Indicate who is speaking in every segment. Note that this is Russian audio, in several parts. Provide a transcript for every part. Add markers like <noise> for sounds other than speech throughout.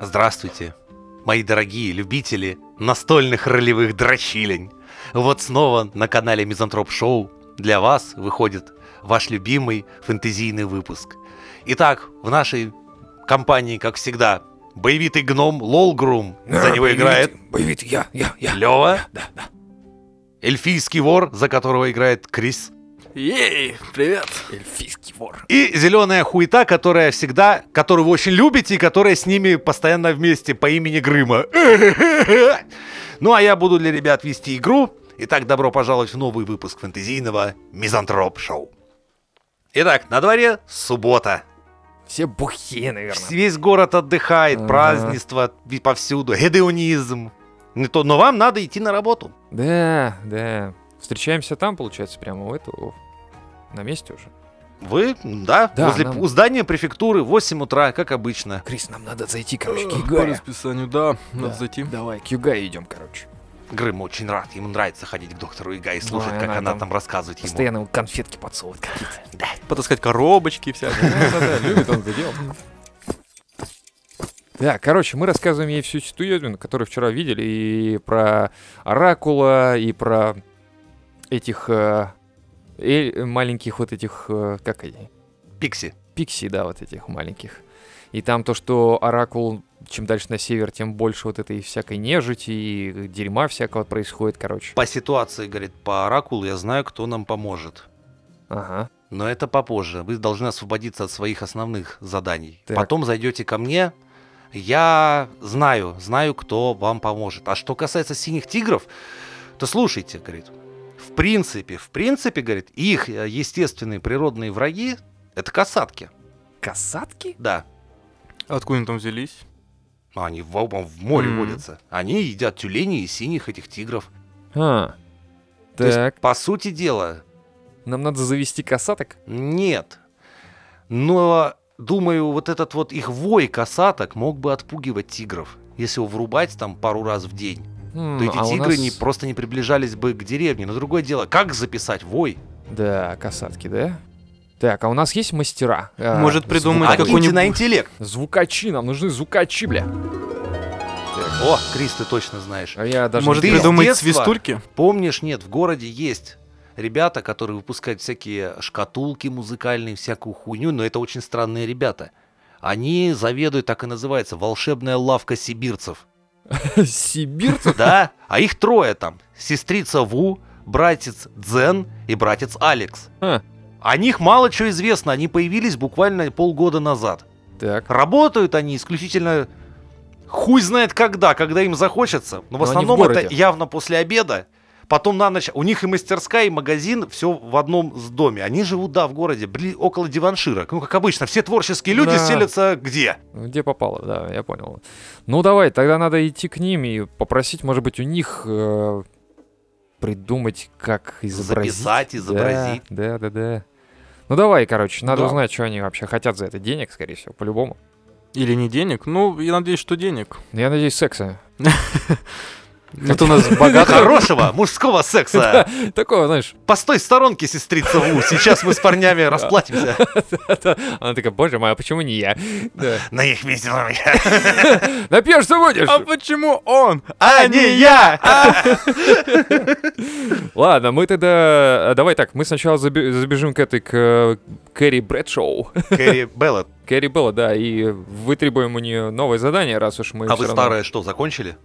Speaker 1: Здравствуйте, мои дорогие любители настольных ролевых дрочилень. Вот снова на канале Мизантроп Шоу для вас выходит ваш любимый фэнтезийный выпуск. Итак, в нашей компании, как всегда, боевитый гном Лолгрум. За него
Speaker 2: Боевик,
Speaker 1: играет
Speaker 2: А, Боевик, я, я, я.
Speaker 1: Лева,
Speaker 2: Да, да.
Speaker 1: эльфийский вор, за которого играет Крис.
Speaker 3: Ей, привет!
Speaker 2: Эльфийский вор.
Speaker 1: И зеленая хуета, которая всегда, которую вы очень любите и которая с ними постоянно вместе по имени Грыма. <laughs> Ну а я буду для ребят вести игру. Итак, добро пожаловать в новый выпуск фэнтезийного Мизантроп Шоу. Итак, на дворе суббота.
Speaker 2: Все бухие, наверное.
Speaker 1: Весь город отдыхает,
Speaker 2: Ага.
Speaker 1: празднество ви- повсюду, гедеонизм. Не то, но вам надо идти на работу.
Speaker 2: Да, да. Встречаемся там, получается, прямо у этого. На месте уже.
Speaker 1: Вы, да,
Speaker 2: Да,
Speaker 1: возле
Speaker 2: нам-
Speaker 1: у здания префектуры в 8 утра, как обычно.
Speaker 2: Крис, нам надо зайти, короче, к
Speaker 3: Э, По
Speaker 2: Югаю.
Speaker 3: расписанию, да, надо
Speaker 2: Да,
Speaker 3: зайти.
Speaker 2: Давай, к Югаю идем, короче.
Speaker 1: Грым очень рад, ему нравится ходить к доктору Ига и слушать,
Speaker 2: и
Speaker 1: как
Speaker 2: она
Speaker 1: она
Speaker 2: там
Speaker 1: там рассказывает ему.
Speaker 2: Постоянно ему конфетки подсовывают какие-то.
Speaker 3: Потаскать коробочки всякие.
Speaker 2: Да-да-да, любит он это дело. Да, короче, мы рассказываем ей всю ситуацию, которую вчера видели, и про Оракула, и про этих э, эль- маленьких вот этих, э, как они,
Speaker 1: Пикси.
Speaker 2: пикси, да, вот этих маленьких. И там то, что Оракул, чем дальше на север, тем больше вот этой всякой нежити и дерьма всякого происходит, короче.
Speaker 1: По ситуации, говорит, по оракулу я знаю, кто нам поможет.
Speaker 2: Ага.
Speaker 1: Но это попозже. Вы должны освободиться от своих основных заданий.
Speaker 2: Так.
Speaker 1: Потом зайдете ко мне. Я знаю, знаю, кто вам поможет. А что касается синих тигров, то слушайте, говорит. В принципе, в принципе, говорит, их э, естественные природные враги это касатки.
Speaker 2: Касатки?
Speaker 1: Да.
Speaker 3: Откуда они там взялись?
Speaker 1: Ну, Они в, в море
Speaker 3: М.
Speaker 1: водятся. Они едят тюленей и синих этих тигров.
Speaker 2: А.
Speaker 1: То есть,
Speaker 2: Так,
Speaker 1: по сути дела,
Speaker 2: нам надо завести касаток?
Speaker 1: Нет. Но, думаю, вот этот вот их вой косаток мог бы отпугивать тигров. Если его врубать там пару раз в день,
Speaker 2: М,
Speaker 1: то эти
Speaker 2: а у
Speaker 1: тигры не,
Speaker 2: нас-
Speaker 1: просто не приближались бы к деревне. Но другое дело, как записать вой?
Speaker 2: Да, касатки, да? Так, а у нас есть мастера? А,
Speaker 3: Может придумать
Speaker 2: звукари.
Speaker 3: какой-нибудь-
Speaker 1: Накиньте на интеллект.
Speaker 2: Звукачи, нам нужны звукачи, бля.
Speaker 1: О, Крис, ты точно знаешь.
Speaker 2: А я даже...
Speaker 3: Может
Speaker 1: ты
Speaker 2: не
Speaker 1: придум-
Speaker 2: знал.
Speaker 3: придумать
Speaker 1: детства-
Speaker 3: свистульки?
Speaker 1: Помнишь, нет, в городе есть ребята, которые выпускают всякие шкатулки музыкальные, всякую хуйню, но это очень странные ребята. Они заведуют, так и называется, волшебная лавка сибирцев.
Speaker 2: <laughs> Сибирцы?
Speaker 1: Да, а их трое там. Сестрица Ву, братец Дзен и братец Алекс.
Speaker 2: А.
Speaker 1: О них мало чего известно, они появились буквально полгода назад.
Speaker 2: Так.
Speaker 1: Работают они исключительно хуй знает когда, когда им захочется. Но в
Speaker 2: Но они в
Speaker 1: основном это
Speaker 2: городе.
Speaker 1: явно после обеда. Потом на ночь. У них и мастерская, и магазин, все в одном с доме. Они живут, да, в городе, бли- около диванширок. Ну, как обычно, все творческие люди
Speaker 2: Да.
Speaker 1: селятся где?
Speaker 2: Ну, Где попало, да, я понял. Ну давай, тогда надо идти к ним и попросить, может быть, у них э, придумать, как изобразить.
Speaker 1: Записать, изобразить.
Speaker 2: Да, да, да. да. Ну давай, короче, надо
Speaker 3: Да.
Speaker 2: узнать, что они вообще хотят за это денег, скорее всего, по-любому.
Speaker 3: Или не денег? Ну, я надеюсь, что денег.
Speaker 2: Ну, Я надеюсь, секса.
Speaker 3: Это
Speaker 2: <laughs>
Speaker 3: у нас богато.
Speaker 1: Хорошего мужского секса.
Speaker 2: Такого, знаешь,
Speaker 1: Постой в сторонке, сестрица Ву, сейчас мы с парнями расплатимся.
Speaker 2: она такая, боже мой, а почему не
Speaker 3: <laughs>
Speaker 2: я? Да.
Speaker 1: На их месте.
Speaker 2: Напьешься будешь?
Speaker 3: <laughs> А почему он?
Speaker 1: А не я!
Speaker 2: Ладно, мы тогда... а, Давай так, мы сначала заби- забежим к этой, к э, Кэрри Брэдшоу. <laughs>
Speaker 1: Кэрри Беллет,
Speaker 2: Кэрри Белла, да, и вытребуем у нее новое задание, раз уж мы
Speaker 1: а
Speaker 2: всё
Speaker 1: вы
Speaker 2: равно-
Speaker 1: старое что, закончили?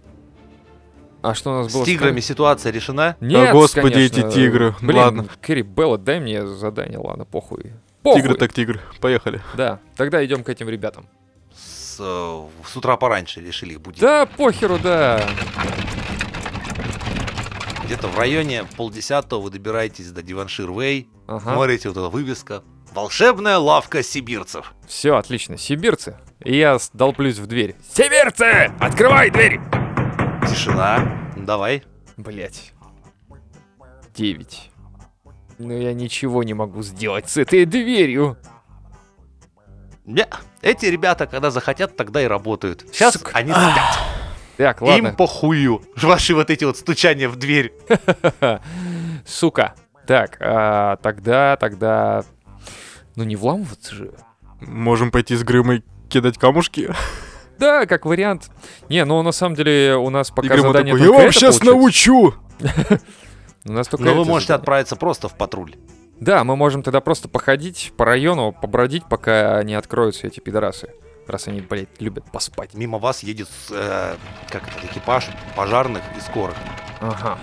Speaker 2: А что у нас было?
Speaker 1: С тиграми ситуация решена?
Speaker 2: Нет,
Speaker 3: Да господи,
Speaker 2: конечно. э,
Speaker 3: эти тигры.
Speaker 2: Блин,
Speaker 3: Ладно.
Speaker 2: Кэрри Белла, дай мне задание, ладно, похуй. Похуй.
Speaker 3: Тигры так тигры. Поехали.
Speaker 2: Да, тогда идем к этим ребятам.
Speaker 1: С, э, с утра пораньше решили их будить.
Speaker 2: Да, похеру, да.
Speaker 1: Где-то в районе полдесятого вы добираетесь до Диваншир Вэй,
Speaker 2: Ага.
Speaker 1: смотрите, вот эта вывеска. Волшебная лавка сибирцев.
Speaker 2: Все, отлично. Сибирцы. И я долплюсь в дверь. Сибирцы! Открывай дверь!
Speaker 1: Тишина. Давай.
Speaker 2: Блять. Девять. Но я ничего не могу сделать с этой дверью.
Speaker 1: Не, Эти ребята, когда захотят, тогда и работают. Сейчас
Speaker 2: Сука.
Speaker 1: они спят.
Speaker 2: Так,
Speaker 1: Им
Speaker 2: ладно.
Speaker 1: по хую. Ваши вот эти вот стучания в дверь.
Speaker 2: Сука. Так, а, тогда, тогда... Ну не вламываться же.
Speaker 3: Можем пойти с Грымой кидать камушки.
Speaker 2: Да, как вариант. Не, ну на самом деле у нас пока
Speaker 3: Игорь ему
Speaker 2: задание
Speaker 3: такой, я
Speaker 2: только
Speaker 3: вам
Speaker 2: это
Speaker 3: сейчас
Speaker 2: получается.
Speaker 3: научу!
Speaker 2: У нас только
Speaker 1: Но вы
Speaker 2: это
Speaker 1: можете
Speaker 2: задание.
Speaker 1: отправиться просто в патруль.
Speaker 2: Да, мы можем тогда просто походить по району, побродить, пока не откроются эти пидорасы. Раз они, блядь, любят поспать.
Speaker 1: Мимо вас едет э, как это, экипаж пожарных и скорых.
Speaker 2: Ага.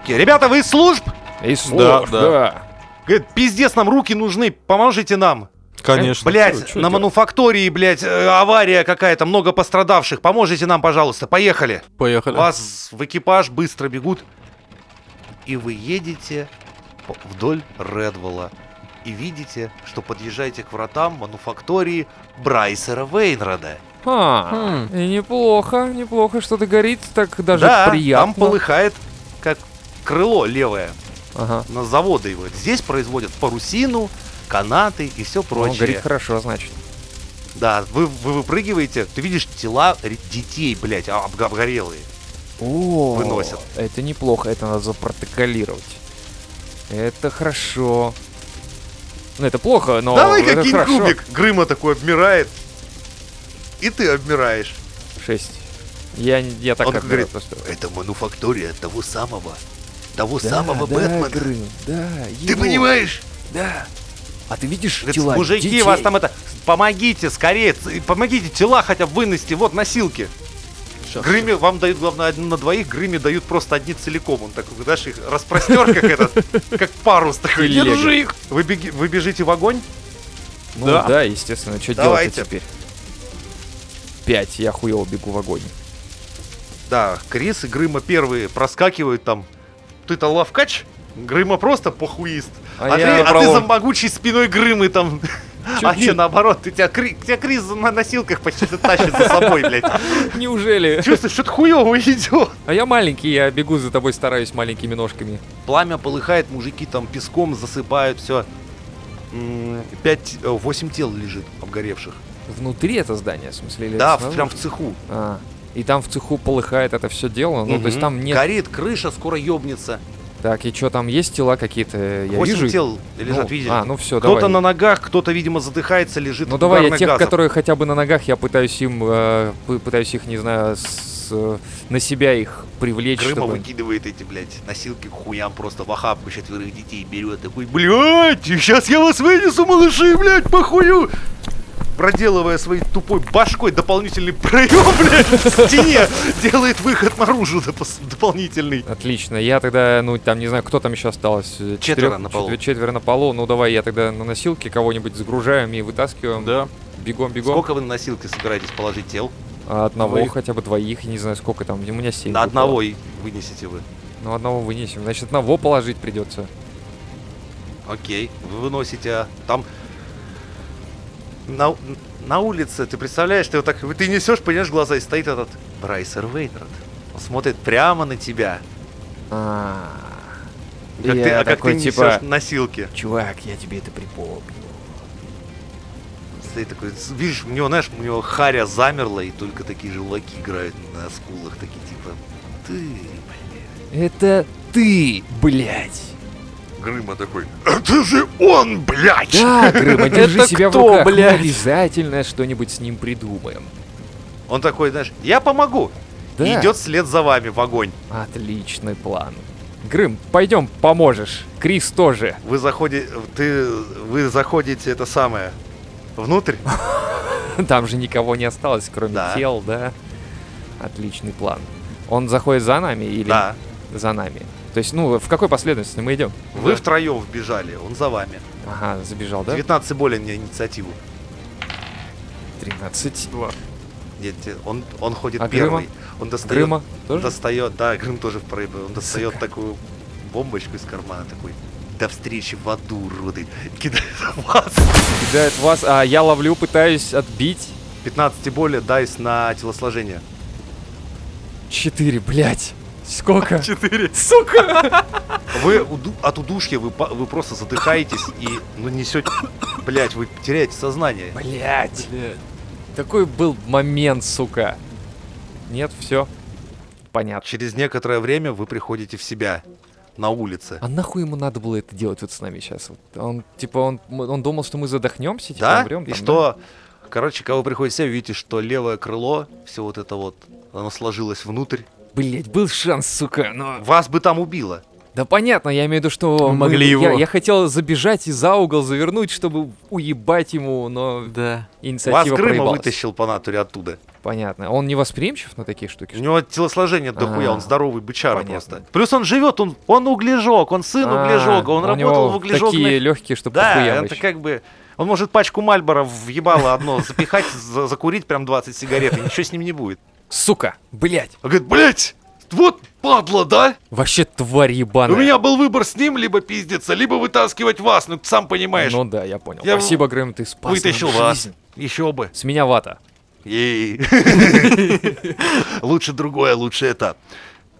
Speaker 1: Такие, Ребята, вы из служб?
Speaker 2: И
Speaker 3: Да,
Speaker 2: слов,
Speaker 3: да.
Speaker 2: да.
Speaker 1: Говорит, пиздец, нам руки нужны, поможите нам.
Speaker 3: Конечно.
Speaker 2: чё-
Speaker 1: Блять,
Speaker 2: чё
Speaker 1: на
Speaker 2: это?
Speaker 1: мануфактории, блядь, э, авария какая-то, много пострадавших. Поможете нам, пожалуйста, поехали.
Speaker 3: Поехали.
Speaker 1: Вас в экипаж быстро бегут. И вы едете по- вдоль Редвелла. И видите, что подъезжаете к вратам мануфактории Брайсера Вейнрода.
Speaker 2: А,
Speaker 3: Хм.
Speaker 2: и неплохо, неплохо, что-то горит, так даже
Speaker 1: да, там
Speaker 2: приятно.
Speaker 1: полыхает, как крыло левое,
Speaker 2: Ага.
Speaker 1: на заводы его. Здесь производят парусину, канаты и все
Speaker 2: Ну,
Speaker 1: прочее.
Speaker 2: горит хорошо, значит.
Speaker 1: Да, вы, вы выпрыгиваете, ты видишь тела ре- детей, блядь, а- обг- обгорелые.
Speaker 2: О,
Speaker 1: Выносят.
Speaker 2: Это неплохо, это надо запротоколировать. Это хорошо. Ну, это плохо, но это
Speaker 1: Давай-ка кинь
Speaker 2: хорошо.
Speaker 1: кубик. Грыма такой обмирает. И ты обмираешь.
Speaker 2: Шесть. Я, я так
Speaker 1: Он
Speaker 2: как
Speaker 1: говорит,
Speaker 2: просто.
Speaker 1: Это мануфактория того самого. Того
Speaker 2: Да,
Speaker 1: самого
Speaker 2: да,
Speaker 1: Бэтмена.
Speaker 2: Грым, да,
Speaker 1: Ты
Speaker 2: его,
Speaker 1: понимаешь?
Speaker 2: Да. А ты видишь
Speaker 1: Говорит,
Speaker 2: тела
Speaker 1: Мужики,
Speaker 2: детей?
Speaker 1: вас там это... Помогите скорее, ц- помогите тела хотя бы вынести, вот носилки. Грыме вам дают, главное, один на двоих, Грыме дают просто одни целиком. Он такой, знаешь, их распростер, как этот, как парус такой.
Speaker 2: Телега.
Speaker 1: Держи их! Вы, беги- вы бежите в огонь,
Speaker 2: Ну да,
Speaker 3: Да.
Speaker 2: естественно, что делать
Speaker 1: Давайте.
Speaker 2: теперь? Пять, я хуево бегу в огонь.
Speaker 1: Да, Крис и Грыма первые проскакивают там. Ты-то лавкач? Грыма просто похуист. А, ты, а ты за могучей спиной Грымы <laughs> там. а
Speaker 2: Чё,
Speaker 1: че, наоборот, ты тебя, Кри- тебя Крис на носилках почти тащит за собой, блядь.
Speaker 2: Неужели?
Speaker 1: Чувствуешь, что-то хуёво идет.
Speaker 2: А я маленький, я бегу за тобой, стараюсь маленькими ножками.
Speaker 1: Пламя полыхает, мужики там песком засыпают, все. Пять, э, восемь тел лежит обгоревших.
Speaker 2: Внутри это здание, в смысле? Или
Speaker 1: да, в-
Speaker 2: снаружи?
Speaker 1: прям в цеху.
Speaker 2: А, и там в цеху полыхает это все дело, ну, то есть
Speaker 1: Мгм.
Speaker 2: там нет...
Speaker 1: Горит, крыша скоро ёбнется.
Speaker 2: Так, и что, там есть тела какие-то? Я
Speaker 1: Восемь
Speaker 2: вижу их.
Speaker 1: тел лежат,
Speaker 2: Ну,
Speaker 1: видели?
Speaker 2: А, ну все,
Speaker 1: Кто-то
Speaker 2: давай.
Speaker 1: на ногах, кто-то, видимо, задыхается, лежит
Speaker 2: Ну
Speaker 1: от
Speaker 2: давай я
Speaker 1: угарных
Speaker 2: тех,
Speaker 1: газов.
Speaker 2: которые хотя бы на ногах, я пытаюсь им, э, пы- пытаюсь их, не знаю, с, э, на себя их привлечь,
Speaker 1: Крыма
Speaker 2: чтобы...
Speaker 1: выкидывает эти, блядь, носилки к хуям просто в охапку четверых детей берет. Такой, блядь, сейчас я вас вынесу, малыши, блядь, похую! Проделывая своей тупой башкой дополнительный проем, блядь, в стене, делает выход наружу допос- дополнительный.
Speaker 2: Отлично, я тогда, ну там, не знаю, кто там еще осталось. э,
Speaker 1: Четверо
Speaker 2: четырёх-
Speaker 1: на полу.
Speaker 2: четвер- четверо на полу, ну давай я тогда на носилке кого-нибудь загружаем и вытаскиваем.
Speaker 3: Да.
Speaker 2: Бегом, бегом.
Speaker 1: Сколько вы на носилки собираетесь положить тел?
Speaker 2: А одного
Speaker 3: Двоих.
Speaker 2: хотя бы двоих, я не знаю, сколько там, у меня семь.
Speaker 1: На
Speaker 2: выпало.
Speaker 1: одного и вынесете вы.
Speaker 2: Ну одного вынесем, значит одного положить придется.
Speaker 1: Окей, вы выносите, а там на, на улице, ты представляешь, ты вот так, ты несешь, понимаешь, глаза, и стоит этот Брайсер Вейнрод. Он смотрит прямо на тебя,
Speaker 2: А,
Speaker 1: как
Speaker 2: я
Speaker 1: ты, а как ты
Speaker 2: такой,
Speaker 1: несешь
Speaker 2: типа,
Speaker 1: носилки.
Speaker 2: чувак, я тебе это припомню.
Speaker 1: Стоит такой, с- видишь, у него, знаешь, у него харя замерла, и только такие желваки играют на скулах, такие типа, ты, блядь».
Speaker 2: Это ты, блядь.
Speaker 1: Грыма такой, это же он, блядь!
Speaker 2: <laughs> Да, Грыба, держи
Speaker 3: Это
Speaker 2: себя в
Speaker 3: кто,
Speaker 2: руках, мы
Speaker 3: блядь?
Speaker 2: обязательно что-нибудь с ним придумаем.
Speaker 1: Он такой, знаешь, я помогу,
Speaker 2: Да,
Speaker 1: и идет вслед за вами в огонь.
Speaker 2: отличный план. Грым, пойдем, поможешь. Крис тоже. <laughs>
Speaker 1: Вы заходите, ты, вы заходите это самое внутрь.
Speaker 2: А, Там же никого не осталось, кроме
Speaker 1: Да.
Speaker 2: тел, да? Отличный план. Он заходит за нами или
Speaker 1: Да.
Speaker 2: за нами? То есть, ну, в какой последовательности мы идем?
Speaker 1: Вы
Speaker 3: Да.
Speaker 1: втроем вбежали, он за вами.
Speaker 2: Ага, забежал, да?
Speaker 1: 19 и более мне инициативу.
Speaker 2: 13.
Speaker 1: Нет, те- он, он ходит
Speaker 2: А
Speaker 1: первый. Он достает,
Speaker 2: Грыма тоже?
Speaker 1: достает, да, Грым тоже в прорыве. Он достает такую бомбочку из кармана такой. До встречи в аду, уроды. Кидает в вас.
Speaker 2: Кидает вас, а я ловлю, пытаюсь отбить.
Speaker 1: 15 и более дайс на телосложение.
Speaker 2: 4, блядь. Сколько?
Speaker 1: 4.
Speaker 2: Сука!
Speaker 1: Вы уду- от удушья, вы, па- вы просто задыхаетесь и ну, несете... Блять, вы теряете сознание.
Speaker 2: Блядь.
Speaker 3: Блядь.
Speaker 2: Такой был момент, сука. Нет, все. Понятно.
Speaker 1: Через некоторое время вы приходите в себя на улице.
Speaker 2: А нахуй ему надо было это делать вот с нами сейчас? Вот он, типа, он, м- он думал, что мы задохнемся, типа,
Speaker 1: Да?
Speaker 2: умрём
Speaker 1: И
Speaker 2: там,
Speaker 1: что? Короче, когда вы приходите в себя, вы видите, что левое крыло, все вот это вот, оно сложилось внутрь.
Speaker 2: Блять, был шанс, сука, но...
Speaker 1: Вас бы там убило.
Speaker 2: Да понятно, я имею в виду, что...
Speaker 3: Мы
Speaker 2: мы-
Speaker 3: могли
Speaker 2: я-
Speaker 3: его.
Speaker 2: Я, хотел забежать и за угол завернуть, чтобы уебать ему, но
Speaker 3: Да.
Speaker 1: Вас
Speaker 2: инициатива
Speaker 1: Крыма
Speaker 2: проебалась.
Speaker 1: вытащил по натуре оттуда.
Speaker 2: Понятно. Он не восприимчив на такие штуки?
Speaker 1: У него телосложение дохуя,
Speaker 2: А,
Speaker 1: он здоровый бычара
Speaker 2: понятно.
Speaker 1: просто. Плюс он живет, он, он углежок, он сын
Speaker 2: А,
Speaker 1: углежога, ну, он
Speaker 2: у
Speaker 1: работал
Speaker 2: него
Speaker 1: в углежогах.
Speaker 2: такие легкие, что
Speaker 1: Да,
Speaker 2: похуя
Speaker 1: это как бы... Он может пачку Мальбора въебало одно запихать, <laughs> за- закурить прям 20 сигарет, и ничего с ним не будет.
Speaker 2: Сука, блять,
Speaker 1: Он говорит, блять, вот падла, да?
Speaker 2: вообще тварь ебаная. А,
Speaker 1: У меня был выбор с ним либо пиздиться, либо вытаскивать вас, ну сам понимаешь.
Speaker 2: Ну да, я понял.
Speaker 1: Я
Speaker 2: Спасибо, Грэм, ты спас нам
Speaker 1: Вытащил вас.
Speaker 2: жизнь.
Speaker 1: Еще бы.
Speaker 2: С меня вата. <laughs>
Speaker 1: Ей. Лучше другое, лучше это.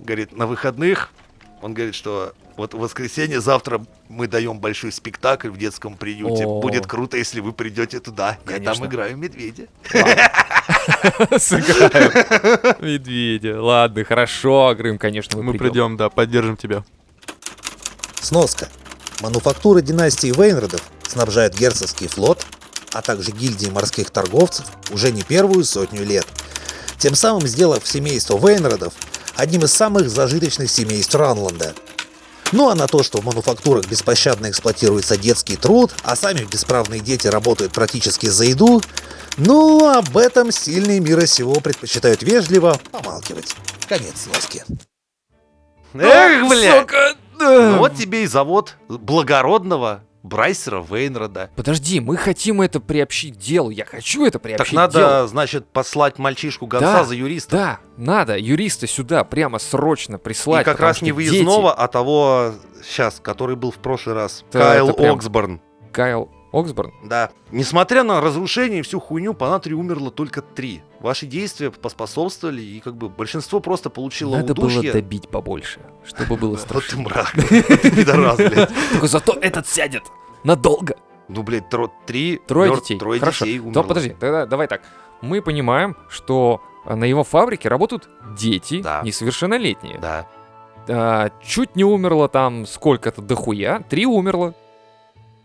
Speaker 1: Говорит, на выходных, он говорит, что вот в воскресенье завтра мы даем большой спектакль в детском приюте.
Speaker 2: О.
Speaker 1: Будет круто, если вы придете туда. Я
Speaker 2: Конечно.
Speaker 1: там играю медведя.
Speaker 2: Сыграем. Медведя. Ладно, хорошо, Грым, конечно,
Speaker 3: Мы
Speaker 2: мы
Speaker 3: придем, да, поддержим тебя.
Speaker 4: Сноска. Мануфактура династии Вейнродов снабжает герцогский флот, а также гильдии морских торговцев уже не первую сотню лет, тем самым сделав семейство Вейнродов одним из самых зажиточных семейств Ранланда. Ну а на то, что в мануфактурах беспощадно эксплуатируется детский труд, а сами бесправные дети работают практически за еду, ну об этом сильные мира сего предпочитают вежливо помалкивать. Конец сноски.
Speaker 1: Эх, бля!
Speaker 2: Сука.
Speaker 1: Ну вот тебе и завод благородного Брайсера Вейнрода.
Speaker 2: Подожди, мы хотим это приобщить к делу. Я хочу это
Speaker 1: Так
Speaker 2: приобщить к делу.
Speaker 1: надо, значит, послать мальчишку гонца
Speaker 2: Да,
Speaker 1: за юриста.
Speaker 2: Да, надо юриста сюда прямо срочно прислать.
Speaker 1: И как
Speaker 2: потому
Speaker 1: раз
Speaker 2: что
Speaker 1: не
Speaker 2: дети-
Speaker 1: выездного, а того сейчас, который был в прошлый раз.
Speaker 2: Да,
Speaker 1: Кайл
Speaker 2: это прям-
Speaker 1: Оксборн.
Speaker 2: Кайл Оксборн.
Speaker 1: Да. Несмотря на разрушение и всю хуйню, по натри умерло только три. Ваши действия поспособствовали, и как бы большинство просто получило
Speaker 2: Надо было
Speaker 1: удушье.
Speaker 2: добить побольше, чтобы
Speaker 1: <laughs>
Speaker 2: было
Speaker 1: Вот ты
Speaker 2: страшно.
Speaker 1: мрак, ты пидорас, блядь.
Speaker 2: Только зато этот сядет надолго.
Speaker 1: Ну, блядь, тро- три...
Speaker 2: Трое
Speaker 1: мёр-
Speaker 2: детей.
Speaker 1: Трое
Speaker 2: Хорошо.
Speaker 1: детей умерло.
Speaker 2: То, подожди, тогда давай так. Мы понимаем, что а, на его фабрике работают дети
Speaker 1: Да.
Speaker 2: несовершеннолетние.
Speaker 1: Да.
Speaker 2: А, чуть не умерло там сколько-то дохуя, три умерло.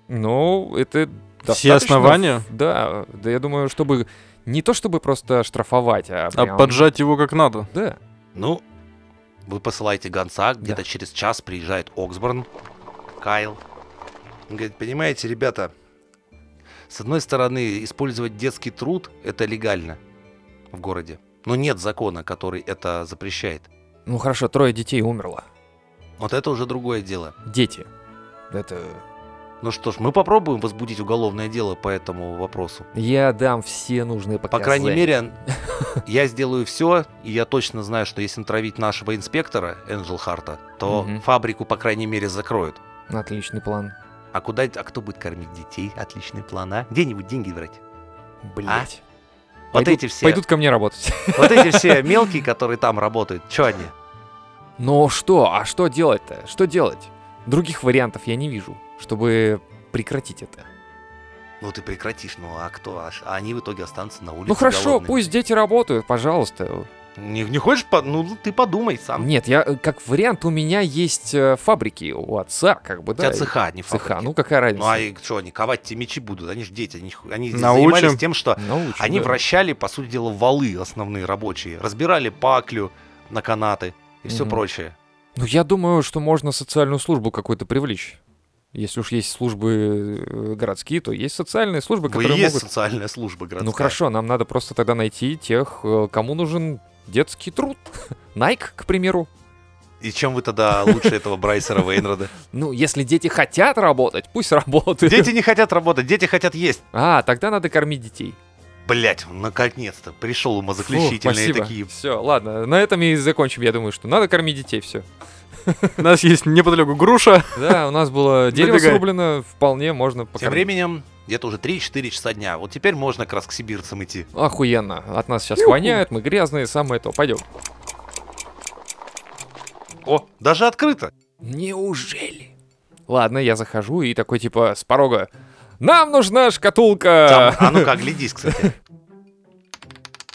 Speaker 2: Ну, это
Speaker 3: Все
Speaker 2: достаточно-
Speaker 3: основания?
Speaker 2: Да, да я думаю, чтобы... Не то чтобы просто штрафовать, а
Speaker 3: А
Speaker 2: прям-
Speaker 3: поджать его как надо.
Speaker 2: Да.
Speaker 1: Ну, вы посылаете гонца, где-то через час приезжает Оксборн, Кайл. Он говорит, понимаете, ребята, с одной стороны, использовать детский труд – это легально в городе. Но нет закона, который это запрещает.
Speaker 2: Ну хорошо, трое детей умерло.
Speaker 1: Вот это уже другое дело.
Speaker 2: Дети. Это...
Speaker 1: Ну что ж, мы попробуем возбудить уголовное дело по этому вопросу.
Speaker 2: Я дам все нужные
Speaker 1: По
Speaker 2: показания.
Speaker 1: крайней мере, я сделаю все, и я точно знаю, что если натравить нашего инспектора, Энджел Харта, то
Speaker 2: Мгм.
Speaker 1: фабрику, по крайней мере, закроют.
Speaker 2: Отличный план.
Speaker 1: А куда, а кто будет кормить детей? Отличный план, а? Где-нибудь деньги брать.
Speaker 2: Блять.
Speaker 1: А? Вот эти все,
Speaker 2: Пойдут ко мне работать. <laughs>
Speaker 1: вот эти <laughs> все мелкие, которые там работают, что они?
Speaker 2: Но что? А что делать-то? Что делать? Других вариантов я не вижу, чтобы прекратить это.
Speaker 1: Ну ты прекратишь, ну а кто? А ш- а они в итоге останутся на улице
Speaker 2: ну хорошо,
Speaker 1: голодные.
Speaker 2: пусть дети работают, пожалуйста.
Speaker 1: Не, не хочешь, по- ну ты подумай сам.
Speaker 2: Нет, я э, как вариант у меня есть э, фабрики у отца, как бы
Speaker 1: У тебя
Speaker 2: да.
Speaker 1: цеха, а не
Speaker 2: Цеха,
Speaker 1: фабрики.
Speaker 2: ну какая разница?
Speaker 1: Ну а и что, они ковать те мечи будут? Они же дети, они, ж- они здесь
Speaker 3: Научим.
Speaker 1: занимались тем, что
Speaker 2: Научу,
Speaker 1: они
Speaker 2: Ну, да.
Speaker 1: вращали, по сути дела, валы основные рабочие, разбирали паклю на канаты и все
Speaker 2: Мгм.
Speaker 1: прочее.
Speaker 2: Ну я думаю, что можно социальную службу какую-то привлечь. Если уж есть службы э, городские, то есть социальные
Speaker 1: Вы
Speaker 2: службы, которые
Speaker 1: Ну, есть
Speaker 2: могут.
Speaker 1: социальная служба городская.
Speaker 2: Ну хорошо, нам надо просто тогда найти тех, э, кому нужен детский труд. <laughs> Nike, к примеру.
Speaker 1: И чем вы тогда лучше этого Брайсера Вейнрода?
Speaker 2: Ну, если дети хотят работать, пусть <laughs> работают.
Speaker 1: Дети не хотят работать, дети хотят есть.
Speaker 2: А, тогда надо кормить детей.
Speaker 1: Блять, наконец-то пришел умозаключительные такие.
Speaker 2: Все, ладно, на этом и закончим, я думаю, что надо кормить детей, все.
Speaker 3: У нас есть неподалеку груша.
Speaker 2: <laughs> Да, у нас
Speaker 1: <laughs>
Speaker 2: было дерево
Speaker 3: Набегай.
Speaker 2: срублено, вполне можно
Speaker 1: Тем
Speaker 2: покормить.
Speaker 1: временем где-то уже 3-4 часа дня. Вот теперь можно как раз к сибирцам идти.
Speaker 2: Охуенно, от нас сейчас воняют, мы грязные, самое то, пойдем.
Speaker 1: О, даже открыто.
Speaker 2: Неужели? Ладно, я захожу и такой типа с порога. Нам нужна
Speaker 1: Там,
Speaker 2: шкатулка!
Speaker 1: а ну-ка, глядись, кстати.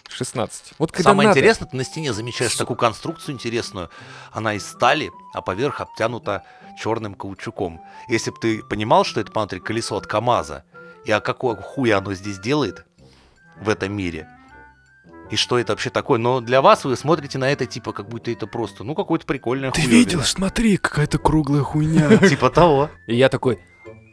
Speaker 2: 16. Вот когда
Speaker 1: Самое
Speaker 2: надо.
Speaker 1: интересное, ты на стене замечаешь
Speaker 2: Сука.
Speaker 1: такую конструкцию интересную. Она из стали, а поверх обтянута черным каучуком. Если бы ты понимал, что это, смотри, колесо от КамАЗа, и а какое хуя оно здесь делает, в этом мире. И что это вообще такое? Но для вас вы смотрите на это типа, как будто это просто, ну, какое-то прикольное
Speaker 3: Смотри, какая-то
Speaker 2: <laughs>
Speaker 3: круглая хуйня.
Speaker 1: Типа того.
Speaker 2: И я такой,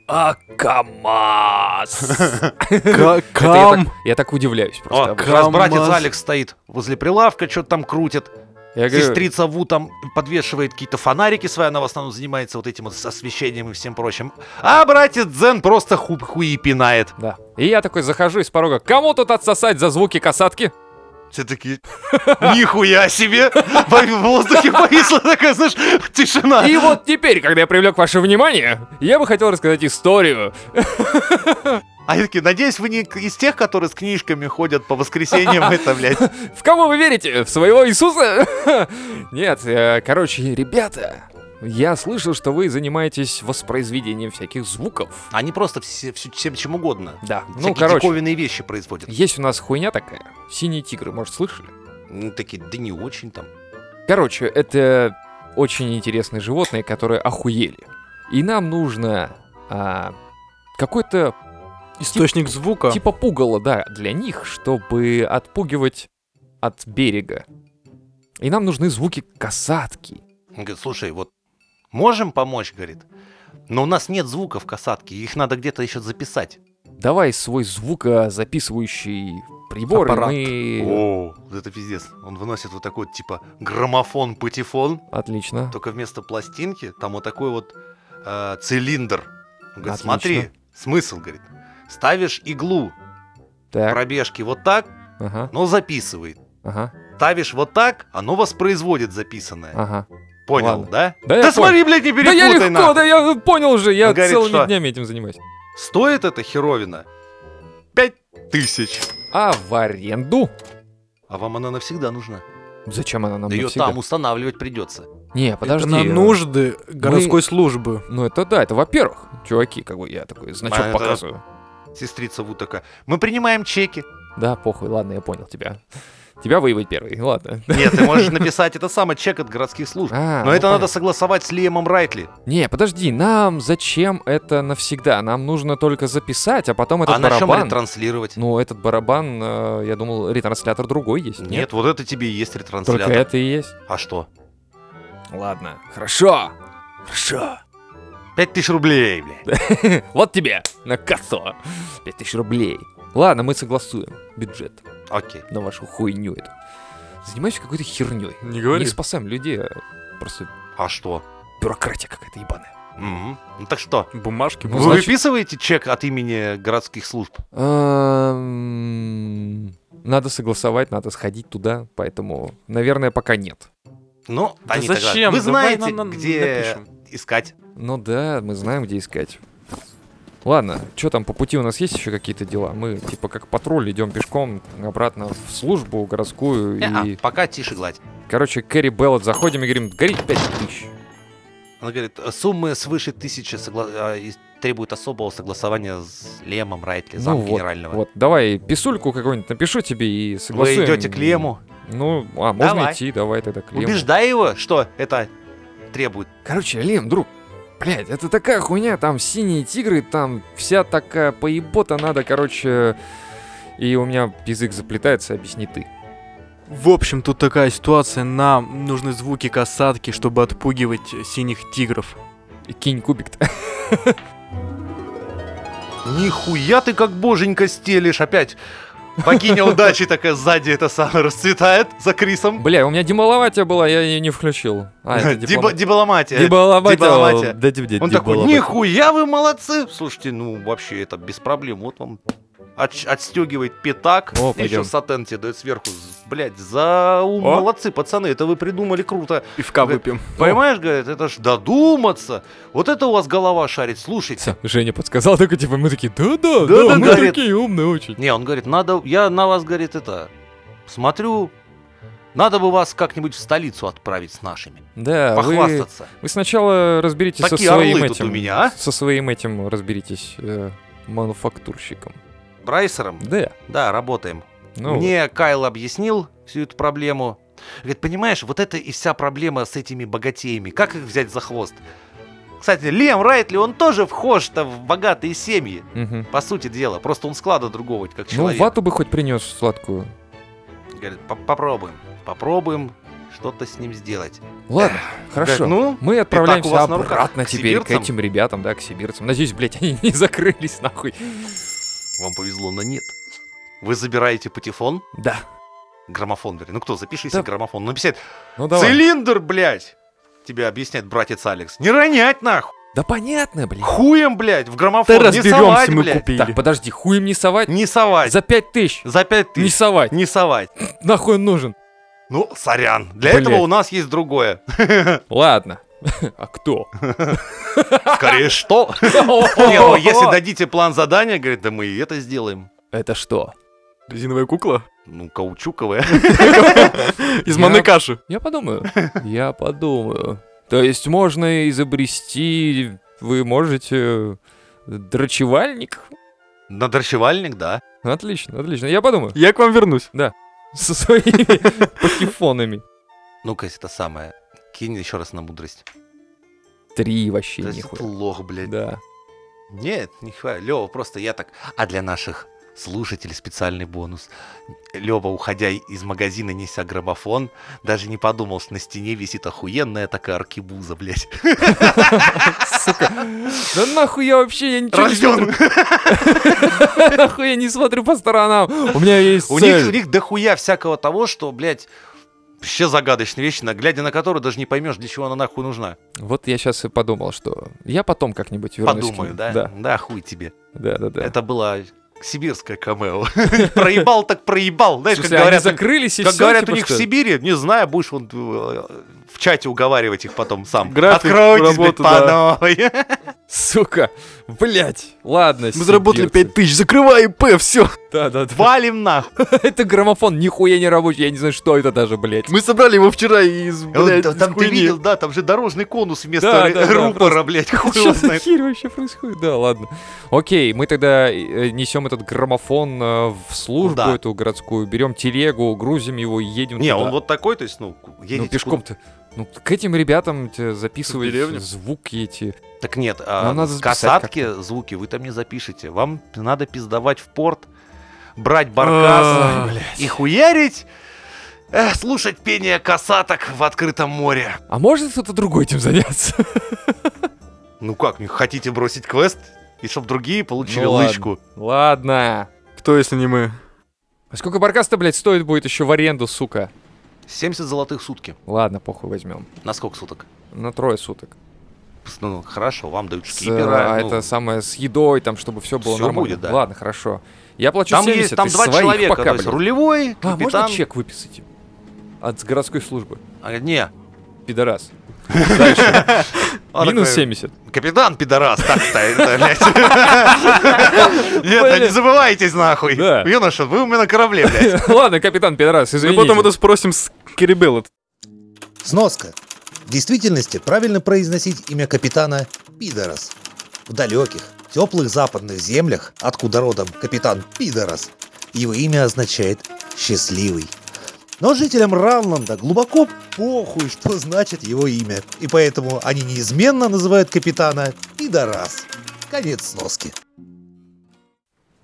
Speaker 2: а
Speaker 1: <laughs>
Speaker 2: КамАЗ!
Speaker 3: Ка-
Speaker 2: Это я так-
Speaker 3: Кам.
Speaker 2: Я так удивляюсь
Speaker 1: О,
Speaker 2: просто.
Speaker 1: А, как раз
Speaker 3: КамАЗ.
Speaker 1: братец Алекс стоит возле прилавка, что-то там крутит.
Speaker 2: Я говорю,
Speaker 1: Сестрица Ву там подвешивает какие-то фонарики свои, она в основном занимается вот этим вот освещением и всем прочим. А братец Дзен просто ху- хуи пинает.
Speaker 2: Да. И я такой захожу из порога. Кому тут отсосать за звуки касатки?
Speaker 1: Все <laughs> такие, нихуя себе! В воздухе повисла такая, знаешь, тишина.
Speaker 2: И вот теперь, когда я привлек ваше внимание, я бы хотел рассказать историю.
Speaker 1: А я такие, надеюсь, вы не к- из тех, которые с книжками ходят по воскресеньям это, блядь.
Speaker 2: В кого вы верите? В своего Иисуса? <laughs> Нет, э, короче, ребята, я слышал, что вы занимаетесь воспроизведением всяких звуков.
Speaker 1: <laughs> Они просто все- всю- всем чем угодно.
Speaker 2: Да, ну,
Speaker 1: Всякие
Speaker 2: короче,
Speaker 1: диковинные вещи производят.
Speaker 2: есть у нас хуйня такая. Синие тигры, может, слышали?
Speaker 1: Ну, такие, да не очень там.
Speaker 2: Короче, это очень интересные животные, которые охуели. И нам нужно а, какой-то
Speaker 3: Источник звука.
Speaker 2: типа пугало, да, для них, чтобы отпугивать от берега. И нам нужны звуки касатки.
Speaker 1: Он говорит, слушай, вот можем помочь, говорит, но у нас нет звуков касатки, их надо где-то еще записать.
Speaker 2: Давай свой звукозаписывающий прибор,
Speaker 3: Аппарат.
Speaker 2: и мы...
Speaker 1: О, вот это пиздец. Он выносит вот такой вот, типа граммофон-патефон,
Speaker 2: Отлично.
Speaker 1: только вместо пластинки там вот такой вот э, цилиндр. Он говорит,
Speaker 2: Отлично.
Speaker 1: смотри, смысл, говорит, ставишь иглу
Speaker 2: Так,
Speaker 1: пробежки вот так,
Speaker 2: ага,
Speaker 1: но записывает.
Speaker 2: ага,
Speaker 1: Ставишь вот так, оно воспроизводит записанное.
Speaker 2: ага.
Speaker 1: Понял,
Speaker 2: А, ладно.
Speaker 1: да?
Speaker 2: Да я понял.
Speaker 1: смотри, блядь, не
Speaker 2: Да
Speaker 1: перепутай
Speaker 2: я легко,
Speaker 1: нахуй.
Speaker 2: да я понял уже, я
Speaker 1: Он говорит,
Speaker 2: целыми
Speaker 1: что?
Speaker 2: днями этим занимаюсь.
Speaker 1: Стоит эта херовина? Пять тысяч.
Speaker 2: А в аренду?
Speaker 1: А вам она навсегда нужна?
Speaker 2: Зачем она нам
Speaker 1: Да ее
Speaker 2: навсегда?
Speaker 1: там устанавливать придется.
Speaker 2: Не, подожди.
Speaker 3: Это на
Speaker 2: э,
Speaker 3: нужды городской службы.
Speaker 2: Ну это да, это во-первых. Чуваки, как бы я такой значок
Speaker 1: А, это-
Speaker 2: показываю.
Speaker 1: Сестрица Ву такая, мы принимаем чеки.
Speaker 2: Да, похуй, ладно, я понял тебя. Тебя выебать первый, ладно.
Speaker 1: Нет, ты можешь написать это самое, чек от городских служб.
Speaker 2: <laughs> А,
Speaker 1: Но
Speaker 2: ну
Speaker 1: это надо
Speaker 2: понятно. Ну,
Speaker 1: согласовать с Лиемом Райтли.
Speaker 2: Не, подожди, нам зачем это навсегда? Нам нужно только записать, а потом этот
Speaker 1: А на чем
Speaker 2: барабан...
Speaker 1: ретранслировать?
Speaker 2: Ну, этот барабан, э, я думал, ретранслятор другой есть,
Speaker 1: Нет,
Speaker 2: нет?
Speaker 1: вот это тебе и есть
Speaker 2: Только
Speaker 1: ретранслятор.
Speaker 2: это и есть.
Speaker 1: А что?
Speaker 2: Ладно, хорошо. <laughs> Хорошо.
Speaker 1: Пять тысяч рублей, бля.
Speaker 2: Вот тебе, на кассу. Пять тысяч рублей. Ладно, мы согласуем бюджет
Speaker 1: Окей.
Speaker 2: на вашу хуйню эту. Занимаюсь какой-то херней.
Speaker 3: Не
Speaker 2: Не
Speaker 3: говори.
Speaker 2: спасаем людей, а просто
Speaker 1: А что?
Speaker 2: бюрократия какая-то ебаная.
Speaker 1: Мгм. Ну так что?
Speaker 3: Бумажки.
Speaker 2: Ну,
Speaker 1: Вы
Speaker 2: значит-
Speaker 1: выписываете чек от имени городских служб?
Speaker 2: Эм, Надо согласовать, надо сходить туда, поэтому, наверное, пока нет.
Speaker 1: Ну,
Speaker 3: Да
Speaker 1: они тогда-
Speaker 3: зачем?
Speaker 1: Вы
Speaker 3: Давай
Speaker 1: знаете,
Speaker 3: на- на-
Speaker 1: где
Speaker 3: напишем.
Speaker 1: искать?
Speaker 2: Ну да, мы знаем, где искать. Ладно, что там по пути у нас есть еще какие-то дела? Мы типа как патруль идем пешком обратно в службу городскую
Speaker 1: Не-а,
Speaker 2: и,
Speaker 1: Э, а, пока тише гладь.
Speaker 2: короче, Кэрри Беллот заходим и говорим, горит пять тысяч.
Speaker 1: Она говорит, суммы свыше тысячи согла- а, и требуют особого согласования с Лемом Райтли,
Speaker 2: Ну
Speaker 1: зам
Speaker 2: вот,
Speaker 1: генерального.
Speaker 2: Вот, давай писульку какую-нибудь напишу тебе и
Speaker 1: Вы
Speaker 2: согласуем.
Speaker 1: идете к Лему,
Speaker 2: Ну, а, можно
Speaker 1: Давай.
Speaker 2: идти, давай тогда к Лему.
Speaker 1: убеждай его, что это требует.
Speaker 2: Короче, Лем, друг, блядь, это такая хуйня, там синие тигры, там вся такая поебота надо, короче... И у меня язык заплетается, объясни ты.
Speaker 3: В общем, тут такая ситуация. Нам нужны звуки касатки, чтобы отпугивать э, синих тигров.
Speaker 2: И Кинь кубик
Speaker 1: Нихуя ты как боженька стелишь опять. Богиня удачи такая сзади это самое расцветает за Крисом.
Speaker 2: <laughs> Бля, у меня демаловатия была, я ее не включил. А, это
Speaker 1: Диба-
Speaker 2: дипломатия.
Speaker 1: Дипломатия. дипломатия.
Speaker 2: <laughs> Дипломатия. Да, диб- диб-
Speaker 1: Он такой,
Speaker 2: дипломатия.
Speaker 1: нихуя вы молодцы! Слушайте, ну вообще это без проблем. Вот вам отч- отстегивает пятак,
Speaker 2: О,
Speaker 1: еще
Speaker 2: пойдем.
Speaker 1: сатен тебе дает сверху. Блять, за ум.
Speaker 2: О.
Speaker 1: Молодцы, пацаны, это вы придумали круто.
Speaker 3: Пивка выпьем.
Speaker 1: Понимаешь, говорит, это ж додуматься. Вот это у вас голова шарит, слушайте.
Speaker 2: Всё, Женя подсказал, такой, типа, мы такие,
Speaker 1: Да,
Speaker 2: да-да,
Speaker 1: да,
Speaker 2: да, мы
Speaker 1: говорит.
Speaker 2: такие умные очень.
Speaker 1: Не, он говорит, надо, я на вас, говорит, это, смотрю, надо бы вас как-нибудь в столицу отправить с нашими.
Speaker 2: Да, вы,
Speaker 1: похвастаться.
Speaker 2: вы сначала разберитесь
Speaker 1: Такие
Speaker 2: со своим
Speaker 1: орлы тут
Speaker 2: этим.
Speaker 1: у меня, а?
Speaker 2: Со своим этим разберитесь э, мануфактурщиком.
Speaker 1: Брайсером?
Speaker 2: Да.
Speaker 1: Да, работаем.
Speaker 2: Ну,
Speaker 1: Мне Кайл объяснил всю эту проблему. Говорит, понимаешь, вот это и вся проблема с этими богатеями. Как их взять за хвост? Кстати, Лем Райтли, он тоже вхож-то в богатые семьи.
Speaker 2: Мгм.
Speaker 1: По сути дела, просто он склада другого, как
Speaker 2: Ну,
Speaker 1: человек.
Speaker 2: вату бы хоть принес сладкую.
Speaker 1: Говорит, «По- попробуем, попробуем что-то с ним сделать.
Speaker 2: Ладно, хорошо.
Speaker 1: Говорит, ну,
Speaker 2: Мы отправляемся
Speaker 1: вас на руках
Speaker 2: обратно
Speaker 1: к
Speaker 2: теперь к
Speaker 1: сибирцам.
Speaker 2: этим ребятам, да, к сибирцам. Надеюсь, блядь, <laughs> они не закрылись нахуй.
Speaker 1: вам повезло, но нет. Вы забираете патефон,
Speaker 2: Да.
Speaker 1: граммофон, вернее. Ну кто, запиши себе
Speaker 2: Да.
Speaker 1: граммофон. Он написать,
Speaker 2: Ну давай.
Speaker 1: цилиндр, блядь! Тебе объясняет братец Алекс. Не ронять нахуй!
Speaker 2: Да понятно, блядь.
Speaker 1: Хуем, блядь, в граммофон
Speaker 3: Да
Speaker 1: не
Speaker 3: разберемся,
Speaker 1: совать,
Speaker 3: мы
Speaker 1: блядь!
Speaker 3: купили.
Speaker 2: Так, подожди, хуем не совать?
Speaker 1: Не совать! За,
Speaker 2: За пять тысяч.
Speaker 1: пять
Speaker 2: Не
Speaker 1: тысяч!
Speaker 2: совать.
Speaker 1: Не совать!
Speaker 2: Нахуй он нужен?
Speaker 1: Ну, сорян. Для
Speaker 2: Блядь.
Speaker 1: этого у нас есть другое.
Speaker 2: Ладно. <laughs> А кто?
Speaker 1: Скорее что? <laughs> Не, ну, если
Speaker 2: <laughs>
Speaker 1: дадите план задания, говорит, да мы и это сделаем.
Speaker 2: Это что?
Speaker 3: Резиновая кукла?
Speaker 1: Ну, каучуковая.
Speaker 3: Из
Speaker 2: Я-
Speaker 3: манной каши.
Speaker 2: Я подумаю. Я подумаю. То есть можно изобрести... Вы можете... э, Драчевальник?
Speaker 1: Надрачевальник, да.
Speaker 2: Отлично, отлично. Я подумаю.
Speaker 3: Я к вам вернусь.
Speaker 2: Со своими <laughs> патефонами.
Speaker 1: Ну-ка, это самое. Кинь еще раз на мудрость.
Speaker 2: Три вообще
Speaker 1: Да это
Speaker 2: нихуя.
Speaker 1: лох, блядь.
Speaker 2: Да.
Speaker 1: Нет, не хватит. Лева, просто я так... А для наших слушателей специальный бонус. Лева, уходя из магазина, неся граммофон, даже не подумал, что на стене висит охуенная такая аркибуза,
Speaker 2: <laughs>
Speaker 1: блядь.
Speaker 2: Сука. Да нахуй я вообще, я ничего не
Speaker 1: Рожден!
Speaker 2: <laughs> смотрю. Нахуй я не смотрю по сторонам. У меня есть
Speaker 1: У них, у них дохуя всякого того, что, блядь, вообще загадочная вещь, на- глядя на которую даже не поймешь, для чего она нахуй нужна.
Speaker 2: Вот я сейчас и подумал, что я потом как-нибудь вернусь. к
Speaker 1: Подумаю,
Speaker 2: ним.
Speaker 1: да?
Speaker 2: Да,
Speaker 1: хуй тебе.
Speaker 2: да, да. да.
Speaker 1: Это была сибирская камео. <laughs> Проебал так проебал.
Speaker 2: В
Speaker 1: Знаешь, как
Speaker 2: смысле, они
Speaker 1: говорят, у-
Speaker 2: закрылись и
Speaker 1: как
Speaker 2: всё,
Speaker 1: говорят у
Speaker 2: типа,
Speaker 1: них в
Speaker 2: что ли?
Speaker 1: Сибири, не знаю, будешь вон э, в чате уговаривать их потом сам.
Speaker 3: График
Speaker 1: Откройтесь, блядь,
Speaker 3: работы,
Speaker 1: по
Speaker 3: да.
Speaker 2: <laughs>
Speaker 1: новой.
Speaker 2: Сука, блять, ладно.
Speaker 3: Мы заработали 5000, закрывай ИП, все.
Speaker 2: Да, да, да. <laughs>
Speaker 1: Валим нахуй.
Speaker 2: Это граммофон нихуя не рабочий, я не знаю, что это даже, блядь.
Speaker 3: Мы собрали его вчера из, блядь,
Speaker 1: Там
Speaker 3: из
Speaker 1: там ты
Speaker 3: хуйни.
Speaker 1: видел, да, там же дорожный конус
Speaker 2: Да,
Speaker 1: вместо
Speaker 2: да, да,
Speaker 1: ры- рупора,
Speaker 2: <laughs>
Speaker 1: блядь. хуй его
Speaker 2: Что за
Speaker 1: знает.
Speaker 2: херь вообще происходит? Да, ладно. Окей, мы тогда э, несем этот граммофон э, в службу
Speaker 1: Куда?
Speaker 2: эту городскую, берем телегу, грузим его и едем
Speaker 1: Не,
Speaker 2: туда.
Speaker 1: он вот такой, то есть, ну, едете
Speaker 2: Ну,
Speaker 1: куда-
Speaker 2: пешком-то. Ну, к этим ребятам те, записывать
Speaker 3: В деревню?
Speaker 2: звуки эти.
Speaker 1: Так нет,
Speaker 2: Нам
Speaker 1: а
Speaker 2: Ну, надо записать
Speaker 1: касатки, звуки вы там не запишете. Вам надо пиздовать в порт, брать баркас
Speaker 3: Ай,
Speaker 1: и хуярить, э, слушать пение касаток в открытом море.
Speaker 2: А может кто-то другой этим заняться? <laughs>
Speaker 1: Ну как, не хотите бросить квест? И чтоб другие получили
Speaker 2: Ну ладно.
Speaker 1: лычку.
Speaker 2: Ладно.
Speaker 3: Кто, если не мы?
Speaker 2: А сколько баркас-то, блядь, стоит будет еще в аренду, сука?
Speaker 1: 70 золотых сутки.
Speaker 2: Ладно, похуй возьмем.
Speaker 1: На сколько суток?
Speaker 2: На трое суток.
Speaker 1: Пс, Ну, хорошо, вам дают
Speaker 2: С,
Speaker 1: шкипера.
Speaker 2: а,
Speaker 1: ну,
Speaker 2: это самое с едой, там, чтобы все было
Speaker 1: всё
Speaker 2: нормально.
Speaker 1: будет, да.
Speaker 2: Ладно, хорошо. Я плачу
Speaker 1: там
Speaker 2: 70,
Speaker 1: есть там
Speaker 2: из
Speaker 1: два
Speaker 2: своих
Speaker 1: человека,
Speaker 2: пока,
Speaker 1: то есть
Speaker 2: блядь.
Speaker 1: рулевой,
Speaker 2: А,
Speaker 1: капитан.
Speaker 2: можно чек выписать? От городской службы.
Speaker 1: А, не,
Speaker 2: Пидорас.
Speaker 1: А,
Speaker 2: Минус
Speaker 1: такой,
Speaker 2: 70.
Speaker 1: Капитан пидорас, так ставит,
Speaker 2: <laughs>
Speaker 1: блядь. Нет, да не
Speaker 2: Блин.
Speaker 1: забывайтесь нахуй.
Speaker 2: Да.
Speaker 1: Юноша, вы у меня на корабле, блядь.
Speaker 2: <laughs> Ладно, капитан Пидорас,
Speaker 3: Мы
Speaker 2: извините.
Speaker 3: Ну, потом это спросим с Кирибелла.
Speaker 4: Сноска. В действительности правильно произносить имя капитана Пидорос. В далеких, теплых западных землях, откуда родом капитан Пидорос, его имя означает «счастливый». Но жителям Ранланда глубоко похуй, что значит его имя, и поэтому они неизменно называют капитана Пидорас. Конец сноски.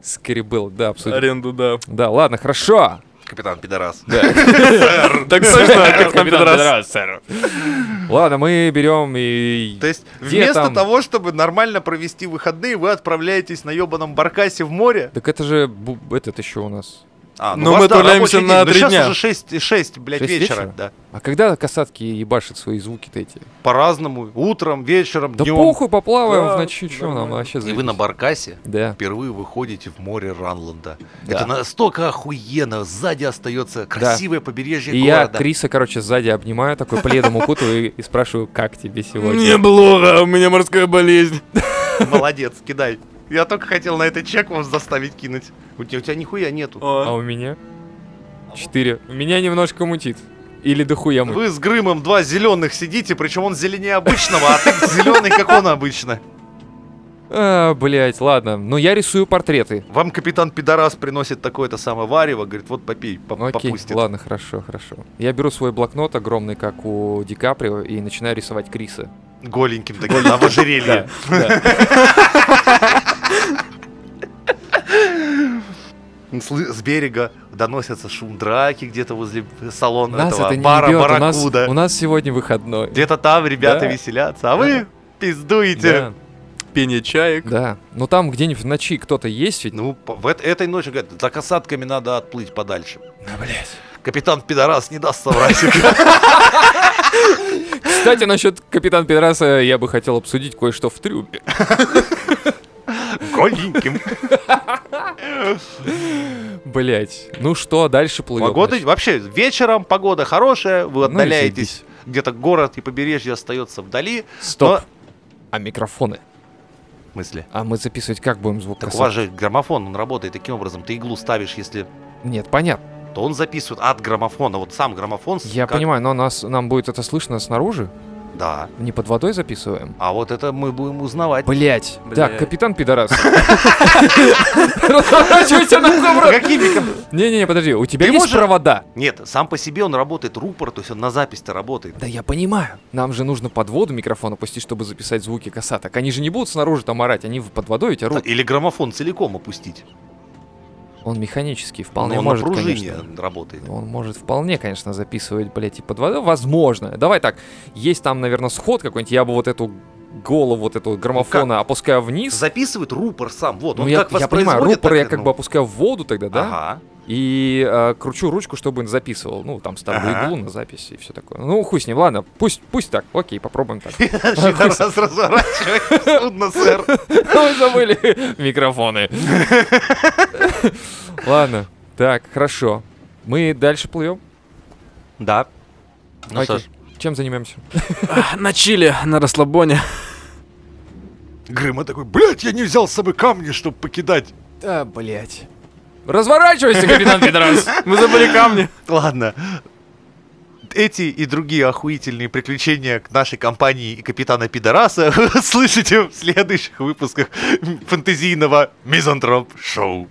Speaker 2: Скребел, да, абсолютно.
Speaker 3: Аренду, да.
Speaker 2: Да, ладно, хорошо.
Speaker 1: Капитан пидорас.
Speaker 3: Так слышно, капитан Пидорас.
Speaker 2: Ладно, мы берем и...
Speaker 1: <laughs> То есть
Speaker 2: Где
Speaker 1: вместо
Speaker 2: там?
Speaker 1: того, чтобы нормально провести выходные, вы отправляетесь на ебаном баркасе в море.
Speaker 2: Так это же бу- этот еще у нас.
Speaker 1: А,
Speaker 2: Ну,
Speaker 3: Но
Speaker 1: у вас,
Speaker 3: мы
Speaker 1: да,
Speaker 3: отправляемся
Speaker 1: рабочий
Speaker 3: на
Speaker 1: день.
Speaker 3: три
Speaker 1: ну,
Speaker 3: дня.
Speaker 1: сейчас уже 6, блядь,
Speaker 2: Шесть
Speaker 1: вечера.
Speaker 2: вечера?
Speaker 1: Да.
Speaker 2: А когда касатки ебашат свои звуки-то эти?
Speaker 1: По-разному. Утром, вечером,
Speaker 2: Да
Speaker 1: днем.
Speaker 2: похуй, поплаваем
Speaker 3: Да,
Speaker 2: в ночи, что нам
Speaker 3: нормально.
Speaker 2: вообще
Speaker 1: И вы на
Speaker 2: заебись.
Speaker 1: баркасе
Speaker 2: Да.
Speaker 1: впервые выходите в море Ранланда.
Speaker 2: Да.
Speaker 1: Это настолько охуенно. Сзади остается красивое побережье
Speaker 2: И я
Speaker 1: города.
Speaker 2: Криса, короче, сзади обнимаю, такой пледом укутываю и- и спрашиваю, как тебе
Speaker 3: Мне
Speaker 2: сегодня?
Speaker 3: плохо, у меня морская болезнь.
Speaker 1: <laughs> Молодец, кидай. Я только хотел на этот чек вас заставить кинуть. У тебя, у тебя нихуя нету.
Speaker 2: А у меня? Четыре. Меня немножко мутит. Или дохуя мутит.
Speaker 1: Вы с Грымом два зеленых сидите, причем он зеленее обычного, а ты зеленый, как он обычно.
Speaker 2: А, блять, ладно. Ну, я рисую портреты.
Speaker 1: Вам капитан Пидорас приносит такое-то самое варево, говорит, вот попей, поп-
Speaker 2: Окей,
Speaker 1: попустит.
Speaker 2: ладно, хорошо, хорошо. Я беру свой блокнот огромный, как у Ди Каприо, и начинаю рисовать Криса.
Speaker 1: Голеньким таким, а в ожерелье. Ну, Слы- С берега доносится шум драки где-то возле салона
Speaker 2: Нас
Speaker 1: этого
Speaker 2: это не
Speaker 1: бара
Speaker 2: ебёт, у нас-
Speaker 1: Барракуда.
Speaker 2: у нас сегодня выходной.
Speaker 1: Где-то там ребята
Speaker 2: Да.
Speaker 1: веселятся, а вы пиздуете.
Speaker 2: Да,
Speaker 3: Пение чаек.
Speaker 2: да. Ну там где-нибудь в ночи кто-то есть ведь?
Speaker 1: Ну, по- в эт- этой ночью, говорят, за касатками надо отплыть подальше. Капитан Пидорас не даст соврать.
Speaker 2: <laughs> Кстати, насчет капитана Педраса я бы хотел обсудить кое-что в трюме.
Speaker 1: Голеньким.
Speaker 2: Блять. Ну что, дальше плывем.
Speaker 1: Погода,
Speaker 2: значит.
Speaker 1: вообще, вечером погода хорошая, вы
Speaker 2: Ну и
Speaker 1: отдаляетесь. Где-то город и побережье остается вдали.
Speaker 2: Стоп. А микрофоны?
Speaker 1: В смысле?
Speaker 2: А мы записывать как будем звук?
Speaker 1: Так у
Speaker 2: красавчик?
Speaker 1: вас же граммофон, он работает таким образом. Ты иглу ставишь, если...
Speaker 2: Нет, понятно.
Speaker 1: То он записывает от граммофона. Вот сам граммофон... с-
Speaker 2: Я
Speaker 1: как-
Speaker 2: понимаю, но нас, нам будет это слышно снаружи?
Speaker 1: Да.
Speaker 2: Не под водой записываем?
Speaker 1: А вот это мы будем узнавать. <laughs>
Speaker 2: Блять. Так,
Speaker 3: Блядь.
Speaker 2: капитан Пидорас. Разворачивайся нахуй, брат.
Speaker 1: Какими ком-
Speaker 2: Не-не-не, подожди, у тебя
Speaker 1: Ты
Speaker 2: есть
Speaker 1: можешь-
Speaker 2: провода?
Speaker 1: Нет, сам по себе он работает рупор, то есть он на запись-то работает.
Speaker 2: Да я понимаю. Нам же нужно под воду микрофон опустить, чтобы записать звуки касаток. Они же не будут снаружи там орать, они в- под водой у тебя
Speaker 1: Да,
Speaker 2: рут.
Speaker 1: Или граммофон целиком опустить.
Speaker 2: Он механический,
Speaker 1: Но
Speaker 2: вполне
Speaker 1: он
Speaker 2: может,
Speaker 1: на пружине
Speaker 2: конечно.
Speaker 1: работает.
Speaker 2: Он может вполне, конечно, записывать, блядь, и под водой. Возможно. Давай так, есть там, наверное, сход какой-нибудь, я бы вот эту голову вот эту граммофона опускаю вниз.
Speaker 1: Записывает рупор сам, вот.
Speaker 2: Ну,
Speaker 1: Ну, он
Speaker 2: я,
Speaker 1: как
Speaker 2: я понимаю,
Speaker 1: воспроизводит,
Speaker 2: рупор
Speaker 1: так
Speaker 2: я
Speaker 1: и-
Speaker 2: как
Speaker 1: ну,
Speaker 2: бы опускаю в воду тогда, да?
Speaker 1: Ага. <laughs>
Speaker 2: <laughs> И э, кручу ручку, чтобы он записывал. Ну, там ставлю
Speaker 1: Ага.
Speaker 2: иглу на запись и все такое. Ну, хуй с ним, ладно, пусть, пусть так, окей,
Speaker 1: <laughs>
Speaker 2: попробуем так. <laughs>
Speaker 1: Пидорас разворачивает судно, сэр.
Speaker 2: <laughs> Ой, забыли
Speaker 1: <laughs>
Speaker 2: микрофоны. Ладно, так, хорошо. Мы дальше плывем.
Speaker 1: Да. Ну
Speaker 2: Окей.
Speaker 1: что ж,
Speaker 2: Чем занимаемся?
Speaker 3: На чиле, на расслабоне.
Speaker 1: Грыма такой, блядь, я не взял с собой камни, чтобы покидать.
Speaker 2: Да, блять. Разворачивайся, капитан Петрос.
Speaker 3: Мы забыли камни.
Speaker 1: Ладно. Эти и другие охуительные приключения к нашей компании и капитана Пидораса <laughs> вы слышите в следующих выпусках фэнтезийного Мизантроп Шоу.